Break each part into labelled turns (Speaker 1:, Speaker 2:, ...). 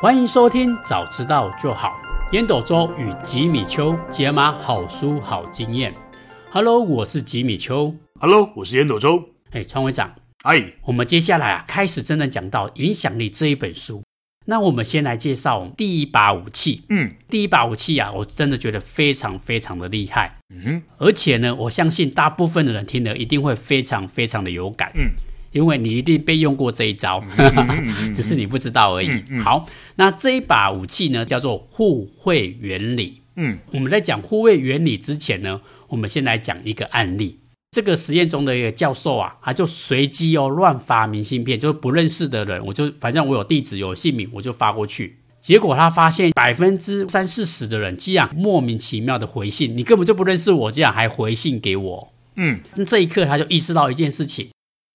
Speaker 1: 欢迎收听《早知道就好》，烟斗周与吉米秋解码好书好经验。Hello，我是吉米秋。
Speaker 2: Hello，我是烟斗周。
Speaker 1: 哎，川会长，
Speaker 2: 哎，
Speaker 1: 我们接下来啊，开始真的讲到《影响力》这一本书。那我们先来介绍第一把武器。
Speaker 2: 嗯
Speaker 1: 第一把武器啊，我真的觉得非常非常的厉害，
Speaker 2: 嗯
Speaker 1: 而且呢，我相信大部分的人听了一定会非常非常的有感。
Speaker 2: 嗯
Speaker 1: 因为你一定被用过这一招，只是你不知道而
Speaker 2: 嗯
Speaker 1: 已。好，那这一把武器呢，叫做互惠原理。
Speaker 2: 嗯
Speaker 1: 我们在讲互惠原理之前呢，我们先来讲一个案例。这个实验中的一个教授啊，他就随机哦乱发明信片，就是不认识的人，我就反正我有地址有姓名，我就发过去。结果他发现百分之三四十的人，竟然莫名其妙的回信，你根本就不认识我，竟然还回信给我。
Speaker 2: 嗯
Speaker 1: 那这一刻他就意识到一件事情，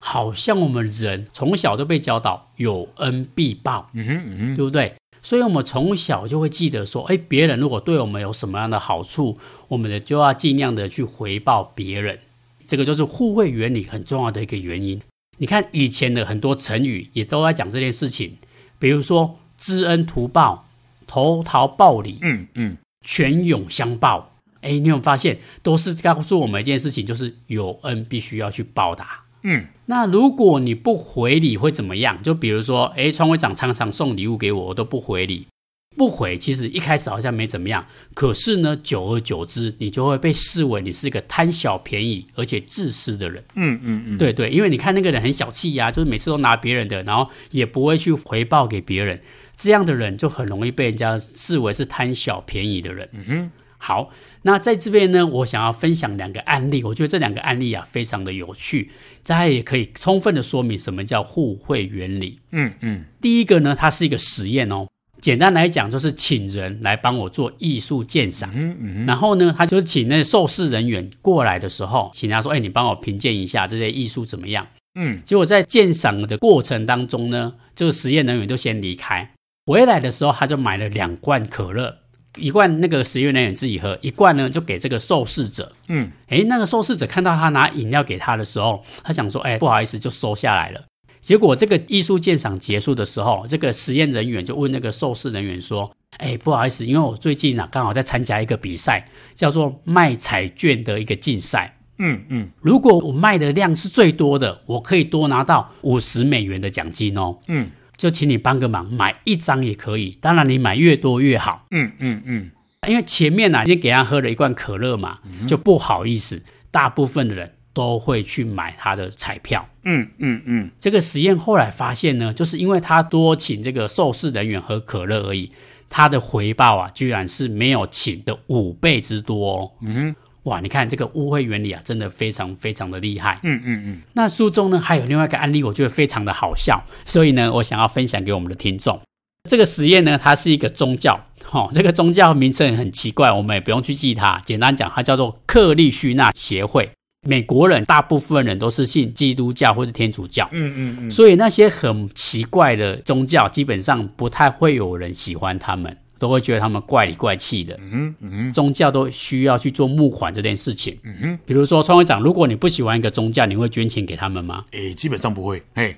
Speaker 1: 好像我们人从小都被教导有恩必报，
Speaker 2: 嗯嗯
Speaker 1: 对不对？所以，我们从小就会记得说，哎，别人如果对我们有什么样的好处，我们的就要尽量的去回报别人。这个就是互惠原理很重要的一个原因。你看以前的很多成语也都在讲这件事情，比如说知恩图报、投桃报李、
Speaker 2: 嗯嗯
Speaker 1: 泉涌相报。哎，你有没有发现，都是告诉我们一件事情，就是有恩必须要去报答。
Speaker 2: 嗯
Speaker 1: 那如果你不回礼会怎么样？就比如说，哎，川会长常常送礼物给我，我都不回礼，不回，其实一开始好像没怎么样，可是呢，久而久之，你就会被视为你是一个贪小便宜而且自私的人。
Speaker 2: 嗯嗯嗯，
Speaker 1: 对对，因为你看那个人很小气呀、就是每次都拿别人的，然后也不会去回报给别人，这样的人就很容易被人家视为是贪小便宜的人。
Speaker 2: 嗯哼
Speaker 1: 好，那在这边呢，我想要分享两个案例，我觉得这两个案例啊非常的有趣，大家也可以充分的说明什么叫互惠原理。
Speaker 2: 嗯嗯
Speaker 1: 第一个呢，它是一个实验哦，简单来讲就是请人来帮我做艺术鉴赏。
Speaker 2: 嗯嗯
Speaker 1: 然后呢，他就请那受试人员过来的时候，请他说：“哎，你帮我评鉴一下这些艺术怎么样？”
Speaker 2: 嗯
Speaker 1: 结果在鉴赏的过程当中呢，这个实验人员就先离开，回来的时候他就买了两罐可乐，一罐那个实验人员自己喝，一罐呢就给这个受试者。
Speaker 2: 嗯
Speaker 1: 诶，那个受试者看到他拿饮料给他的时候，他想说：“哎，不好意思，就收下来了。”结果这个艺术鉴赏结束的时候，这个实验人员就问那个受试人员说：“哎，不好意思，因为我最近啊刚好在参加一个比赛，叫做卖彩券的一个竞赛。
Speaker 2: 嗯嗯
Speaker 1: 如果我卖的量是最多的，我可以多拿到五十美元的奖金哦。
Speaker 2: 嗯
Speaker 1: 就请你帮个忙，买一张也可以，当然你买越多越好。
Speaker 2: 嗯嗯嗯
Speaker 1: 因为前面呢、啊，已经给他喝了一罐可乐嘛，就不好意思，大部分的人都会去买他的彩票。
Speaker 2: 嗯嗯嗯
Speaker 1: 这个实验后来发现呢，就是因为他多请这个受试人员喝可乐而已，他的回报啊，居然是没有请的五倍之多哦。
Speaker 2: 嗯
Speaker 1: 哇，你看这个误会原理啊，真的非常非常的厉害。
Speaker 2: 嗯嗯
Speaker 1: 那书中呢还有另外一个案例，我觉得非常的好笑，所以呢，我想要分享给我们的听众。这个实验呢，它是一个宗教，哦，这个宗教名称很奇怪，我们也不用去记它。简单讲，它叫做克利希纳协会。美国人大部分人都是信基督教或者天主教，
Speaker 2: 嗯嗯
Speaker 1: 所以那些很奇怪的宗教，基本上不太会有人喜欢他们，都会觉得他们怪里怪气的。
Speaker 2: 嗯嗯
Speaker 1: 宗教都需要去做募款这件事情。
Speaker 2: 嗯，
Speaker 1: 比如说，创会长，如果你不喜欢一个宗教，你会捐钱给他们吗？
Speaker 2: 哎，基本上不会，哎，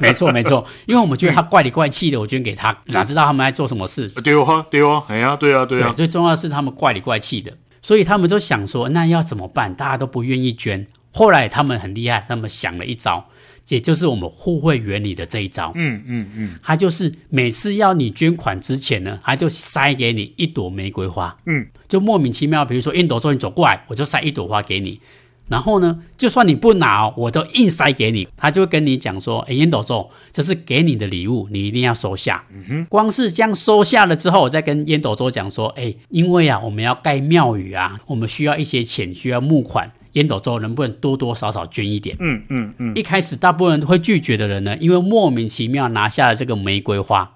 Speaker 1: 没错没错，因为我们觉得他怪里怪气的，我捐给他，哪知道他们在做什么事？
Speaker 2: 对哦对哦，哎呀，对啊对
Speaker 1: 对，
Speaker 2: 啊，
Speaker 1: 最重要的是他们怪里怪气的，所以他们就想说，那要怎么办？大家都不愿意捐。后来他们很厉害，他们想了一招，也就是我们互惠原理的这一招。
Speaker 2: 嗯嗯嗯
Speaker 1: 他就是每次要你捐款之前呢，他就塞给你一朵玫瑰花，
Speaker 2: 嗯，
Speaker 1: 就莫名其妙，比如说印度之后你走过来，我就塞一朵花给你，然后呢，就算你不拿、哦，我都硬塞给你，他就会跟你讲说，哎，烟斗粽，这是给你的礼物，你一定要收下。嗯哼，光是这样收下了之后，我再跟烟斗周讲说，哎，因为啊，我们要盖庙宇啊，我们需要一些钱，需要募款，烟斗周能不能多多少少捐一点？
Speaker 2: 嗯嗯嗯
Speaker 1: 一开始大部分人会拒绝的人呢，因为莫名其妙拿下了这个玫瑰花，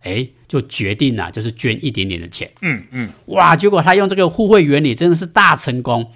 Speaker 1: 哎，就决定啊，就是捐一点点的钱。
Speaker 2: 嗯嗯
Speaker 1: 哇，结果他用这个互惠原理真的是大成功，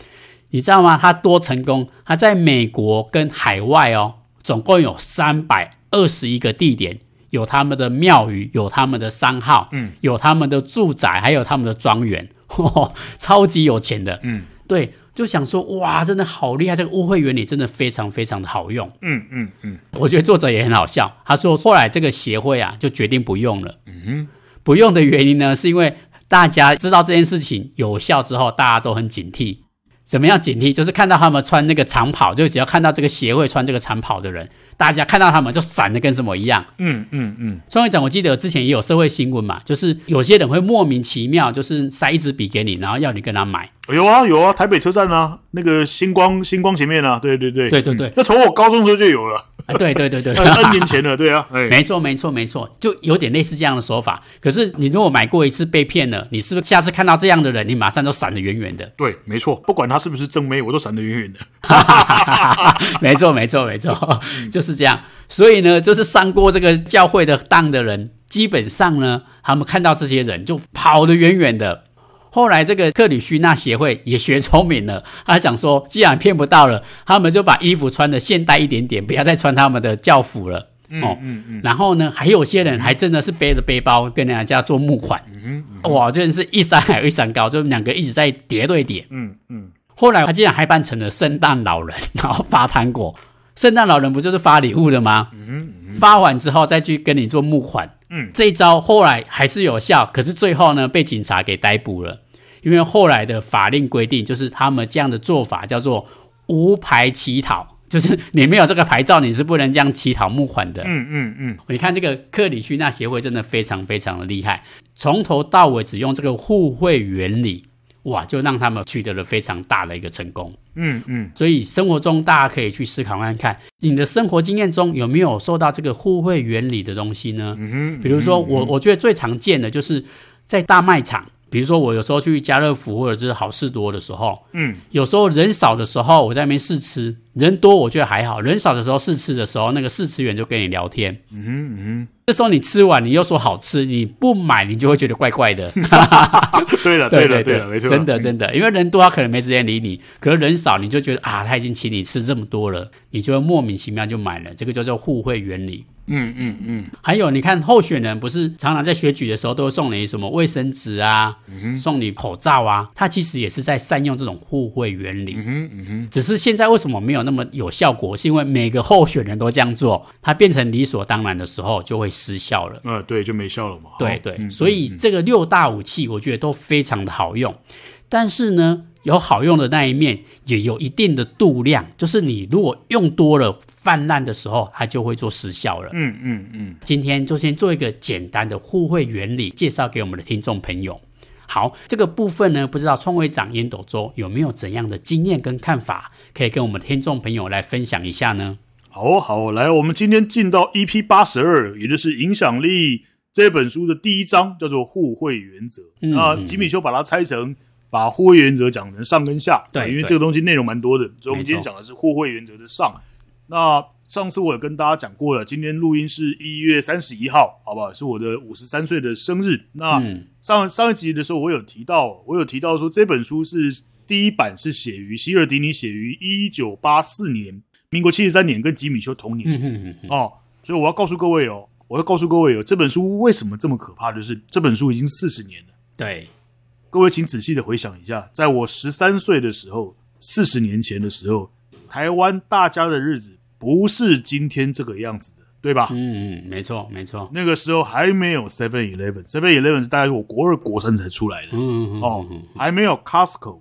Speaker 1: 你知道吗？他多成功！他在美国跟海外哦，总共有三百二十一个地点，有他们的庙宇，有他们的商号，
Speaker 2: 嗯，
Speaker 1: 哦有他们的住宅，还有他们的庄园，呵呵超级有钱的。
Speaker 2: 嗯
Speaker 1: 对，就想说哇，真的好厉害，这个物会原理真的非常非常的好用。
Speaker 2: 嗯嗯嗯，
Speaker 1: 我觉得作者也很好笑，他说后来这个协会啊就决定不用了。嗯，不用的原因呢，是因为大家知道这件事情有效之后，大家都很警惕。怎么样警惕？就是看到他们穿那个长袍，就只要看到这个协会穿这个长袍的人，大家看到他们就闪的跟什么一样。
Speaker 2: 嗯嗯嗯，
Speaker 1: 创会长，我记得之前也有社会新闻嘛，就是有些人会莫名其妙就是塞一支笔给你，然后要你跟他买。
Speaker 2: 有啊有啊，台北车站啊，那个星光星光前面啊，对对对
Speaker 1: 对对对
Speaker 2: 嗯那从我高中的时候就有 了，
Speaker 1: 啊，对对对对，
Speaker 2: 呃 N 年前了，对啊，哎，
Speaker 1: 没错，没错，没错，就有点类似这样的手法。可是你如果买过一次被骗了，你是不是下次看到这样的人，你马上都闪得远 远的？
Speaker 2: 对，没错，不管他是不是正妹，我都闪得远远的。
Speaker 1: 没错，没错，没错， 就是这样。所以呢，就是上过这个教会的当的人，基本上呢，他们看到这些人就跑得远远的。后来这个克里希那协会也学聪明了，他想说，既然骗不到了，他们就把衣服穿的现代一点点，不要再穿他们的教服了。哦，嗯嗯，然后呢，还有些人还真的是背着背包跟人家做募款，
Speaker 2: 嗯
Speaker 1: 哇，真的是一山还有一山高，就两个一直在叠对叠，
Speaker 2: 嗯嗯，
Speaker 1: 后来他竟然还扮成了圣诞老人，然后发糖果。圣诞老人不就是发礼物的吗？发完之后再去跟你做募款。
Speaker 2: 嗯，
Speaker 1: 这一招后来还是有效，可是最后呢被警察给逮捕了，因为后来的法令规定，就是他们这样的做法叫做无牌乞讨，就是你没有这个牌照，你是不能这样乞讨募款的。
Speaker 2: 嗯嗯嗯，
Speaker 1: 你看这个克里希那协会真的非常非常的厉害，从头到尾只用这个互惠原理，哇，就让他们取得了非常大的一个成功。
Speaker 2: 嗯嗯，
Speaker 1: 所以生活中大家可以去思考看看，你的生活经验中有没有受到这个互惠原理的东西呢？
Speaker 2: 嗯
Speaker 1: 比如说我，我觉得最常见的就是在大卖场，比如说我有时候去家乐福或者是好事多的时候，
Speaker 2: 嗯，
Speaker 1: 有时候人少的时候我在那边试吃，人多我觉得还好，人少的时候试吃的时候，那个试吃员就跟你聊天，
Speaker 2: 嗯嗯
Speaker 1: 这时候你吃完，你又说好吃，你不买你就会觉得怪怪 的。
Speaker 2: 嗯，对了对了
Speaker 1: 对
Speaker 2: 了，没错，嗯
Speaker 1: 真的真的，因为人多他可能没时间理你，可是人少你就觉得啊，他已经请你吃这么多了，你就会莫名其妙就买了，这个叫做互惠原理。
Speaker 2: 嗯，嗯嗯
Speaker 1: 还有，你看候选人不是常常在选举的时候都会送你什么卫生纸啊，
Speaker 2: 嗯
Speaker 1: 送你口罩啊，他其实也是在善用这种互惠原理。
Speaker 2: 嗯嗯嗯，
Speaker 1: 只是现在为什么没有那么有效果，是因为每个候选人都这样做，它变成理所当然的时候就会失效了。
Speaker 2: 呃，对，就没效了嘛。
Speaker 1: 对
Speaker 2: 好
Speaker 1: 对，
Speaker 2: 嗯
Speaker 1: 所以这个六大武器我觉得都非常的好用，但是呢，有好用的那一面，也有一定的度量，就是你如果用多了泛滥的时候，它就会做失效了。
Speaker 2: 嗯嗯嗯，
Speaker 1: 今天就先做一个简单的互惠原理介绍给我们的听众朋友。好，这个部分呢，不知道创会长烟斗周有没有怎样的经验跟看法，可以跟我们的听众朋友来分享一下呢？
Speaker 2: 好哦好哦，来，我们今天进到 EP 八十二，也就是《影响力》这本书的第一章，叫做互惠原则。
Speaker 1: 嗯
Speaker 2: 那吉米修把它拆成。把互惠原则讲成上跟下，
Speaker 1: 对
Speaker 2: 因为
Speaker 1: 对
Speaker 2: 这个东西内容蛮多的，所以我们今天
Speaker 1: 没错
Speaker 2: 讲的是互惠原则的上。那上次我也跟大家讲过了，今天录音是一月三十一号，好不好？是我的五十三岁的生日。那、
Speaker 1: 嗯
Speaker 2: 上上一集的时候，我有提到，我有提到说这本书是第一版是写于希尔迪尼写于一九八四年，民国七十三年，跟吉米修同年、
Speaker 1: 嗯哼哼哼，
Speaker 2: 哦。所以我要告诉各位哦，我要告诉各位哦，这本书为什么这么可怕？就是这本书已经四十年了。
Speaker 1: 对，
Speaker 2: 各位请仔细的回想一下，在我十三岁的时候，四十年前的时候，台湾大家的日子不是今天这个样子的，对吧？
Speaker 1: 嗯嗯，没错没错，
Speaker 2: 那个时候还没有 Seven Eleven，Seven Eleven 是大概我国二、国三才出来的。
Speaker 1: 嗯嗯
Speaker 2: 哦
Speaker 1: 嗯，嗯，
Speaker 2: 还没有 Costco，OK，、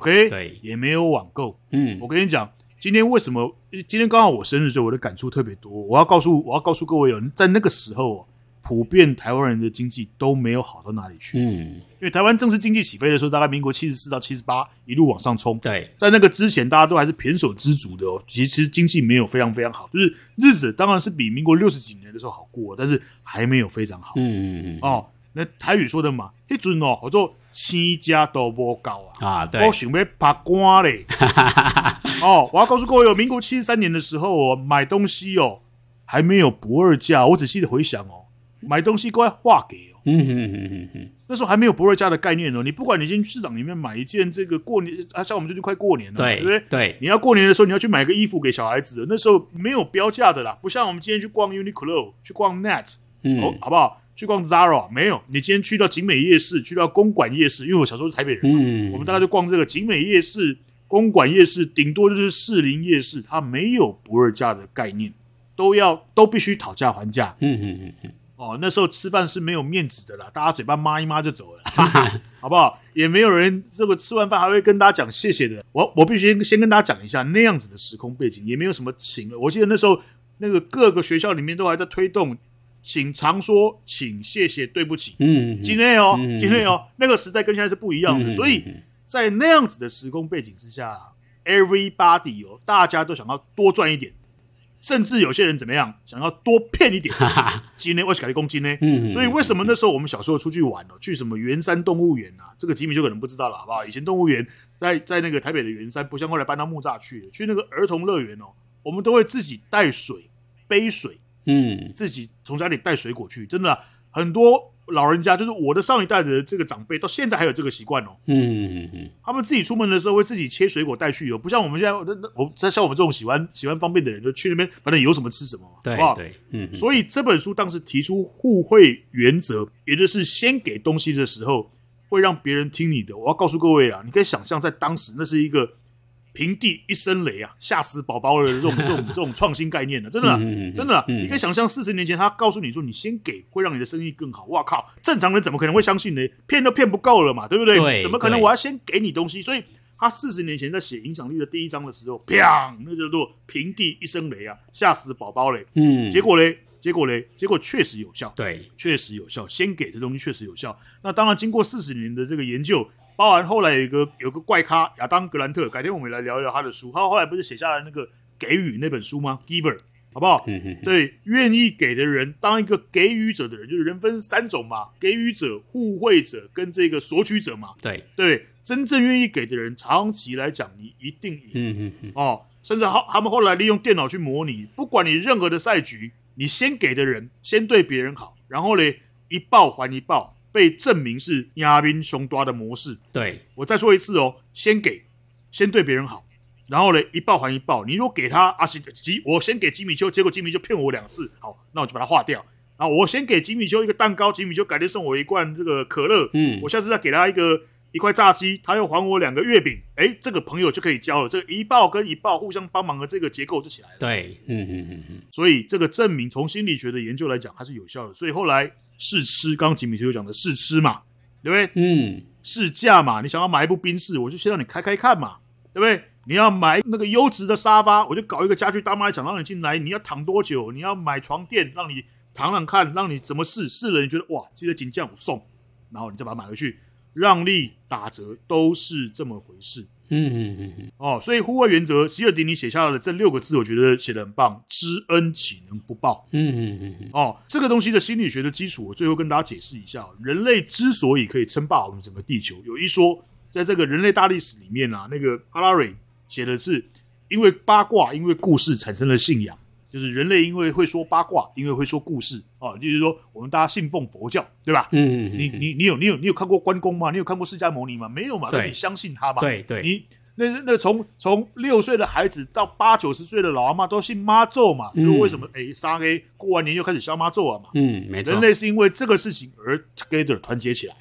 Speaker 1: 对，对
Speaker 2: 也没有网购。
Speaker 1: 嗯
Speaker 2: 我跟你讲，今天为什么？今天刚好我生日，所以我的感触特别多。我要告诉我要告诉各位哦，在那个时候、哦，普遍台湾人的经济都没有好到哪里去，
Speaker 1: 嗯，
Speaker 2: 因为台湾正式经济起飞的时候，大概民国七十四到七十八一路往上冲。
Speaker 1: 对，
Speaker 2: 在那个之前，大家都还是胼手知足的哦。其实其实经济没有非常非常好，就是日子当然是比民国六十几年的时候好过，但是还没有非常好。
Speaker 1: 嗯嗯嗯，
Speaker 2: 哦，那台语说的嘛，迄阵哦，叫做生家都无够啊，
Speaker 1: 啊，对
Speaker 2: 我，想要拍官嘞。哦，我要告诉各位哦，民国七十三年的时候哦，买东西哦还没有不二价，我仔细的回想哦，买东西该划给哦。
Speaker 1: 嗯哼哼哼哼，
Speaker 2: 那时候还没有不二价的概念哦，你不管你进市场里面买一件这个过年啊，像我们最近快过年了嘛，对不
Speaker 1: 对
Speaker 2: 对？
Speaker 1: 对，
Speaker 2: 你要过年的时候，你要去买个衣服给小孩子，那时候没有标价的啦，不像我们今天去逛 Uniqlo、去逛 Net，哦
Speaker 1: 嗯，
Speaker 2: 好不好？去逛 Zara 没有？你今天去到景美夜市，去到公馆夜市，因为我小时候是台北人，
Speaker 1: 嗯，
Speaker 2: 我们大概就逛这个景美夜市、公馆夜市顶多就是士林夜市，它没有不二价的概念，都要都必须讨价还价。
Speaker 1: 嗯嗯嗯嗯，
Speaker 2: 哦，那时候吃饭是没有面子的啦，大家嘴巴抹一抹 就走了，哈哈好不好？也没有人这个吃完饭还会跟大家讲谢谢的。我我必须先跟大家讲一下那样子的时空背景，也没有什么请了。我记得那时候那个各个学校里面都还在推动，请常说，请谢谢，对不起，
Speaker 1: 嗯，
Speaker 2: 今天哦，
Speaker 1: 嗯
Speaker 2: 今天哦，那个时代跟现在是不一样的，
Speaker 1: 嗯
Speaker 2: 所以在那样子的时空背景之下，everybody 哦，大家都想要多赚一点，甚至有些人怎么样，想要多骗一点。
Speaker 1: 哈哈，
Speaker 2: 今天我是改攻今天，
Speaker 1: 嗯，
Speaker 2: 所以为什么那时候我们小时候出去玩哦，去什么圆山动物园啊？这个吉米就可能不知道了，好不好？以前动物园在在那个台北的圆山，不像后来搬到木栅去了，去那个儿童乐园哦，我们都会自己带水、杯水，
Speaker 1: 嗯
Speaker 2: 自己从家里带水果去，真的啊、很多老人家就是我的上一代的这个长辈，到现在还有这个习惯哦。
Speaker 1: 嗯嗯
Speaker 2: 他们自己出门的时候会自己切水果带去哦，不像我们现在，那那我在像我们这种喜欢喜欢方便的人，就去那边反正有什么吃什么嘛，
Speaker 1: 对
Speaker 2: 好不好？
Speaker 1: 对，嗯
Speaker 2: 所以这本书当时提出互惠原则，也就是先给东西的时候，会让别人听你的。我要告诉各位啊，你可以想象，在当时那是一个平地一声雷啊，吓死宝宝的 这种这种这种创新概念的、真的啊、
Speaker 1: 嗯嗯嗯
Speaker 2: 真的啊、
Speaker 1: 嗯
Speaker 2: 你可以想象四十年前他告诉你说，你先给会让你的生意更好。哇靠，正常人怎么可能会相信呢？骗都骗不够了嘛，对不对？
Speaker 1: 对
Speaker 2: 怎么可能
Speaker 1: 对
Speaker 2: 我要先给你东西？所以。他四十年前在写影响力的第一章的时候，砰，那叫做平地一声雷啊，吓死宝宝嘞！
Speaker 1: 嗯，
Speaker 2: 结果嘞，结果嘞，结果确实有效，
Speaker 1: 对，
Speaker 2: 确实有效。先给这东西确实有效。那当然，经过四十年的这个研究，包含后来有一个有个怪咖亚当格兰特，改天我们来聊一聊他的书。他后来不是写下了那个《给予》那本书吗？Giver，好不好？
Speaker 1: 嗯嗯
Speaker 2: 对，愿意给的人，当一个给予者的人，就是人分三种嘛，给予者、互惠者跟这个索取者嘛。
Speaker 1: 对，
Speaker 2: 对，真正愿意给的人，长期来讲，你一定赢。
Speaker 1: 嗯嗯嗯
Speaker 2: 哦，甚至好，他们后来利用电脑去模拟，不管你任何的赛局，你先给的人先对别人好，然后嘞一报还一报，被证明是亚宾熊抓的模式。
Speaker 1: 对，
Speaker 2: 我再说一次哦，先给，先对别人好，然后嘞一报还一报。你如果给他阿西吉，我先给吉米丘，结果吉米丘骗我两次，好，那我就把它划掉。啊，我先给吉米丘一个蛋糕，吉米丘改天送我一罐这个可乐，
Speaker 1: 嗯
Speaker 2: 我下次再给他一个一块炸鸡，他又还我两个月饼，哎，这个朋友就可以交了。这个一报跟一报互相帮忙的这个结构就起来了。
Speaker 1: 对，嗯嗯嗯嗯，
Speaker 2: 所以这个证明从心理学的研究来讲，它是有效的。所以后来试吃，刚刚吉米丘讲的试吃嘛，对不对？
Speaker 1: 嗯
Speaker 2: 试驾嘛，你想要买一部宾士，我就先让你开开看嘛，对不对？你要买那个优质的沙发，我就搞一个家具大卖场让你进来。你要躺多久？你要买床垫，让你躺躺看，让你怎么试试了，你觉得哇，记得紧降我送，然后你再把它买回去，让利打折都是这么回事
Speaker 1: 嗯嗯嗯，
Speaker 2: 哦。所以互惠原则，希尔迪尼写下的这六个字，我觉得写的很棒：知恩岂能不报？
Speaker 1: 嗯嗯嗯，
Speaker 2: 哦，这个东西的心理学的基础，我最后跟大家解释一下哦。人类之所以可以称霸我们整个地球，有一说，在这个人类大历史里面啊，那个阿拉蕾写的是，因为八卦，因为故事产生了信仰，就是人类因为会说八卦，因为会说故事哦，就是说我们大家信奉佛教，对吧？
Speaker 1: 嗯嗯，
Speaker 2: 你你你有你有你有看过关公吗？你有看过释迦牟尼吗？没有嘛？
Speaker 1: 对
Speaker 2: 那你相信他吗？
Speaker 1: 对对，
Speaker 2: 你那那从从六岁的孩子到八九十岁的老阿妈都信妈咒嘛，
Speaker 1: 嗯
Speaker 2: 就是为什么哎沙黑过完年又开始消妈咒啊嘛。
Speaker 1: 嗯，没错
Speaker 2: 人，类是因为这个事情而 together 团结起来。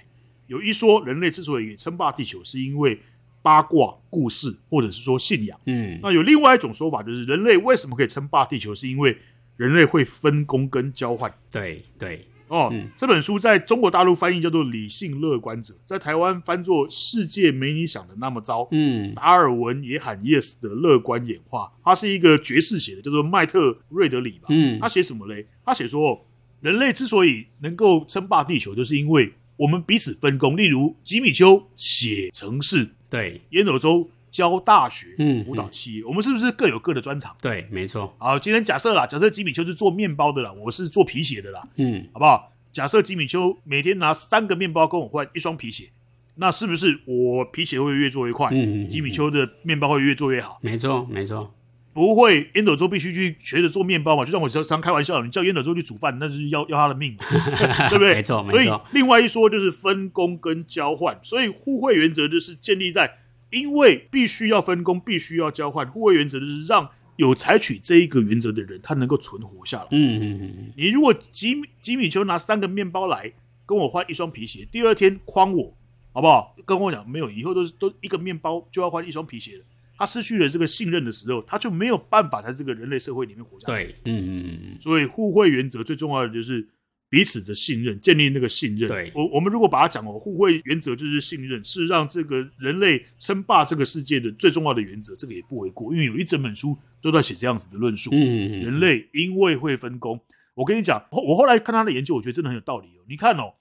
Speaker 2: 有一说，人类之所以称霸地球，是因为八卦、故事，或者是说信仰。
Speaker 1: 嗯
Speaker 2: 那有另外一种说法，就是人类为什么可以称霸地球，是因为人类会分工跟交换。
Speaker 1: 对对，
Speaker 2: 哦，
Speaker 1: 嗯
Speaker 2: 这本书在中国大陆翻译叫做《理性乐观者》，在台湾翻作《世界没你想的那么糟》。
Speaker 1: 嗯
Speaker 2: 达尔文也喊 yes 的乐观演化，他是一个爵士写的，叫做麦特瑞德里吧。
Speaker 1: 嗯
Speaker 2: 他写什么嘞？他写说，人类之所以能够称霸地球，就是因为我们彼此分工。例如，吉米丘写城市，
Speaker 1: 对
Speaker 2: 烟斗周教大学
Speaker 1: 嗯，
Speaker 2: 辅导企业，我们是不是各有各的专长？
Speaker 1: 对，没错，
Speaker 2: 好，今天假设啦，假设吉米丘是做面包的啦，我是做皮鞋的啦，
Speaker 1: 嗯
Speaker 2: 好不好？假设吉米丘每天拿三个面包跟我换一双皮鞋，那是不是我皮鞋会越做越快？
Speaker 1: 嗯，
Speaker 2: 吉米丘的面包会越做越好，
Speaker 1: 没错没错，
Speaker 2: 不会。烟斗周必须去学着做面包嘛，就像我常常开玩笑，你叫烟斗周去煮饭，那就是要要他的命嘛， 对不对？
Speaker 1: 没错没
Speaker 2: 所以
Speaker 1: 错，
Speaker 2: 另外一说就是分工跟交换，所以互惠原则就是建立在因为必须要分工，必须要交换。互惠原则就是让有采取这一个原则的人，他能够存活下来。
Speaker 1: 嗯嗯
Speaker 2: 你如果吉米吉米丘拿三个面包来跟我换一双皮鞋，第二天诓我，好不好？跟我讲没有，以后都是都一个面包就要换一双皮鞋了。他失去了这个信任的时候，他就没有办法在这个人类社会里面活下去。
Speaker 1: 对，嗯，
Speaker 2: 所以互惠原则最重要的就是彼此的信任，建立那个信任。
Speaker 1: 对
Speaker 2: 我我们如果把它讲哦，互惠原则就是信任，是让这个人类称霸这个世界的最重要的原则，这个也不为过。因为有一整本书都在写这样子的论述。
Speaker 1: 嗯，
Speaker 2: 人类因为会分工，我跟你讲，后我后来看他的研究，我觉得真的很有道理哦。你看哦，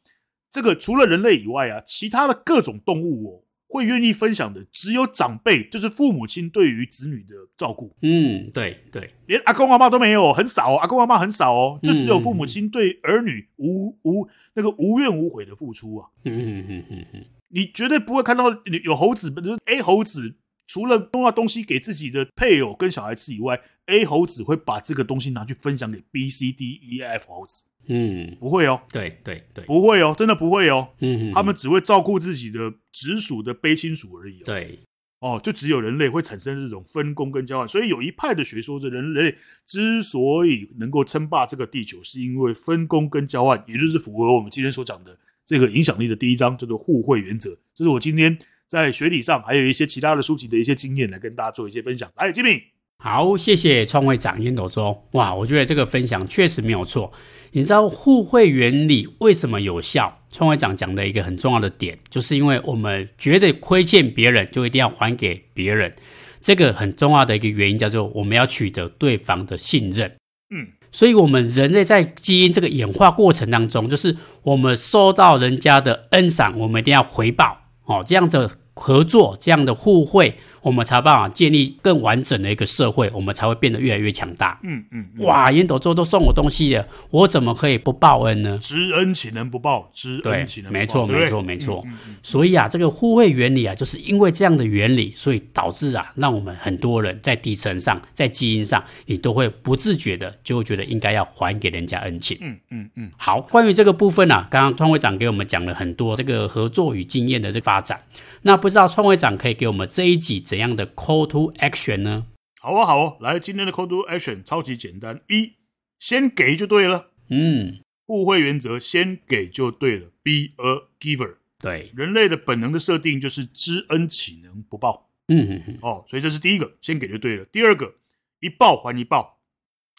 Speaker 2: 这个除了人类以外啊，其他的各种动物哦，会愿意分享的只有长辈，就是父母亲对于子女的照顾。
Speaker 1: 嗯，对对，
Speaker 2: 连阿公阿妈都没有，很少、哦，阿公阿妈很少哦，就只有父
Speaker 1: 嗯
Speaker 2: 母亲对儿女无无那个无怨无悔的付出啊，
Speaker 1: 嗯嗯嗯嗯
Speaker 2: 你绝对不会看到有有猴子，就是 A 猴子，除了弄到东西给自己的配偶跟小孩吃以外，A 猴子会把这个东西拿去分享给 B、C、D、E、F 猴子，
Speaker 1: 嗯，
Speaker 2: 不会哦，
Speaker 1: 对对对，
Speaker 2: 不会哦，真的不会哦，
Speaker 1: 嗯，
Speaker 2: 他们只会照顾自己的直属的卑亲属而已、哦。
Speaker 1: 对，
Speaker 2: 哦，就只有人类会产生这种分工跟交换，所以有一派的学说是人类之所以能够称霸这个地球，是因为分工跟交换，也就是符合我们今天所讲的这个影响力的第一章，叫做互惠原则。这是我今天在学理上还有一些其他的书籍的一些经验来跟大家做一些分享。来，吉米，
Speaker 1: 好，谢谢创会长烟斗周。哇，我觉得这个分享确实没有错。你知道互惠原理为什么有效？创会长讲的一个很重要的点，就是因为我们觉得亏欠别人，就一定要还给别人。这个很重要的一个原因叫做我们要取得对方的信任。
Speaker 2: 嗯，
Speaker 1: 所以我们人类在基因这个演化过程当中，就是我们受到人家的恩赏，我们一定要回报哦，这样的合作，这样的互惠，我们才有办法建立更完整的一个社会，我们才会变得越来越强大。
Speaker 2: 嗯嗯，嗯，
Speaker 1: 哇，烟斗周都送我东西了，我怎么可以不报恩呢？
Speaker 2: 知恩岂能不报？知
Speaker 1: 对
Speaker 2: 恩岂，能不报？
Speaker 1: 没错，
Speaker 2: 对不对
Speaker 1: 没错，没错。所以啊，这个互惠原理啊，就是因为这样的原理，所以导致啊，让我们很多人在底层上，在基因上，你都会不自觉的就会觉得应该要还给人家恩情。
Speaker 2: 嗯嗯嗯，
Speaker 1: 好，关于这个部分呢、啊，刚刚创会长给我们讲了很多这个合作与经验的这个发展。那不知道创会长可以给我们这一集怎样的 call to action 呢？
Speaker 2: 好哦好哦，来，今天的 call to action 超级简单，一先给就对了。
Speaker 1: 嗯，
Speaker 2: 互惠原则，先给就对了。Be a giver，
Speaker 1: 对，
Speaker 2: 人类的本能的设定就是知恩岂能不报
Speaker 1: 嗯嗯嗯，
Speaker 2: 哦，所以这是第一个，先给就对了。第二个，一报还一报，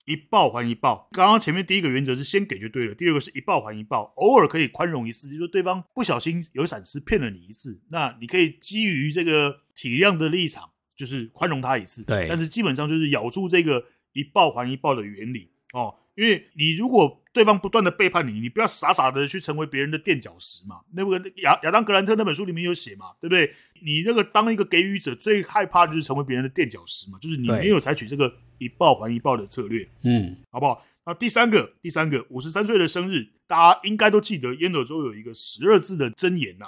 Speaker 2: 一报还一报。刚刚前面第一个原则是先给就对了，第二个是一报还一报，偶尔可以宽容一次，就是说对方不小心有闪失骗了你一次，那你可以基于这个体谅的立场，就是宽容他一次。
Speaker 1: 对
Speaker 2: 但是基本上就是咬住这个一报还一报的原理哦，因为你如果对方不断的背叛你，你不要傻傻的去成为别人的垫脚石嘛。那个亚亚当格兰特那本书里面有写嘛，对不对？你那个当一个给予者最害怕的就是成为别人的垫脚石嘛，就是你
Speaker 1: 对
Speaker 2: 没有采取这个一报还一报的策略，
Speaker 1: 嗯，
Speaker 2: 好不好？那第三个，第三个，五十三岁的生日，大家应该都记得，烟斗周有一个十二字的箴言呐、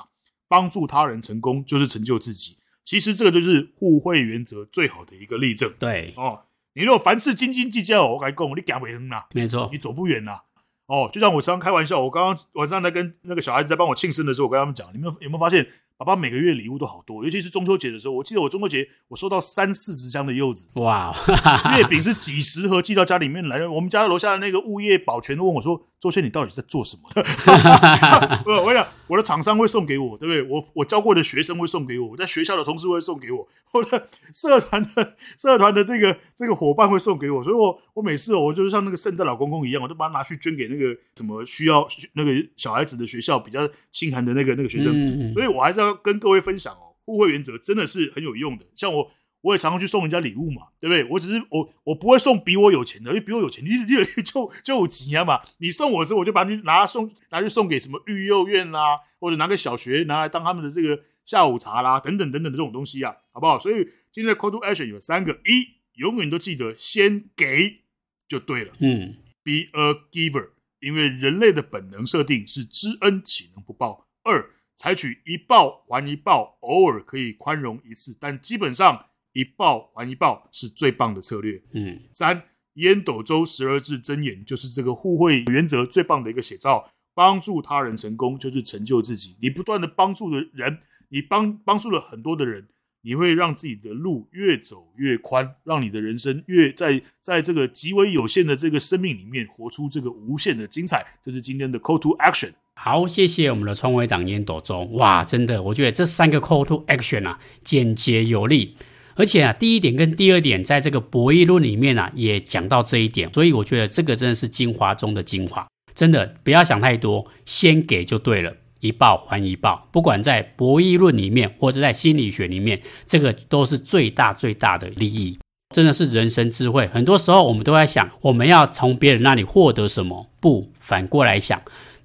Speaker 2: 帮助他人成功就是成就自己。其实这个就是互惠原则最好的一个例证。
Speaker 1: 对，
Speaker 2: 哦，你如果凡事斤斤计较，我跟你讲，你行不远啦，
Speaker 1: 没错
Speaker 2: 你，走不远啦。哦，就像我常常开玩笑，我刚刚晚上在跟那个小孩子在帮我庆生的时候，我跟他们讲，你们有没有发现，爸爸每个月礼物都好多，尤其是中秋节的时候，我记得我中秋节我收到三四十箱的柚子，
Speaker 1: 哇， 哈哈哈
Speaker 2: 月饼是几十盒寄到家里面来。我们家楼下的那个物业保全都问我说：“周轩，你到底在做什么？” 我我想我的厂商会送给我，对不对？我我教过的学生会送给我，我在学校的同事会送给我，我的社团的社团的这个这个伙伴会送给我。所以我我每次哦我就是像那个圣诞老公公一样，我都把它拿去捐给那个什么需要那个小孩子的学校比较心寒的那个那个学生。
Speaker 1: 嗯嗯
Speaker 2: 所以我还是要跟各位分享哦，互惠原则真的是很有用的。像我，我也常常去送人家礼物嘛，对不对？我只是我我不会送比我有钱的，因为比我有钱，你你你 就就有钱啊嘛。你送我的时候，我就把你拿送拿去送给什么育幼院啦，或者拿给小学拿来当他们的这个下午茶啦，等等等等的这种东西啊，好不好？所以今天的 call to action 有三个：一，永远都记得先给就对了
Speaker 1: 嗯，
Speaker 2: ，be a giver。因为人类的本能设定是知恩岂能不报。二，采取一报还一报，偶尔可以宽容一次，但基本上一报还一报是最棒的策略。
Speaker 1: 嗯，
Speaker 2: 三，烟斗周十二字箴言就是这个互惠原则最棒的一个写照。帮助他人成功就是成就自己。你不断的帮助的人，你帮帮助了很多的人，你会让自己的路越走越宽，让你的人生越在在这个极为有限的这个生命里面活出这个无限的精彩。这是今天的 call to action。
Speaker 1: 好，谢谢我们的创维党烟斗中，哇，真的，我觉得这三个 call to action 啊，简洁有力，而且啊，第一点跟第二点在这个博弈论里面啊，也讲到这一点，所以我觉得这个真的是精华中的精华，真的不要想太多，先给就对了。一报还一报，不管在博弈论里面，或者在心理学里面，这个都是最大最大的利益。真的是人生智慧。很多时候我们都在想，我们要从别人那里获得什么？不，反过来想，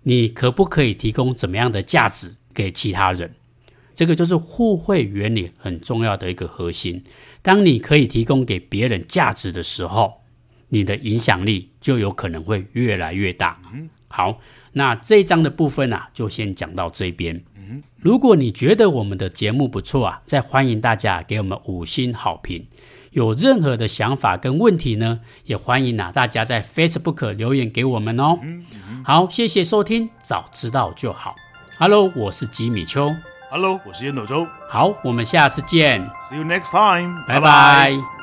Speaker 1: 你可不可以提供怎么样的价值给其他人？这个就是互惠原理很重要的一个核心。当你可以提供给别人价值的时候，你的影响力就有可能会越来越大。好，那这一章的部分啊，就先讲到这边。如果你觉得我们的节目不错啊，再欢迎大家给我们五星好评。有任何的想法跟问题呢，也欢迎啊大家在 Facebook 留言给我们哦。好，谢谢收听，早知道就好。Hello，我是吉米秋。
Speaker 2: Hello，我是烟斗周
Speaker 1: 好，我们下次见，
Speaker 2: ，See you next time，
Speaker 1: 拜拜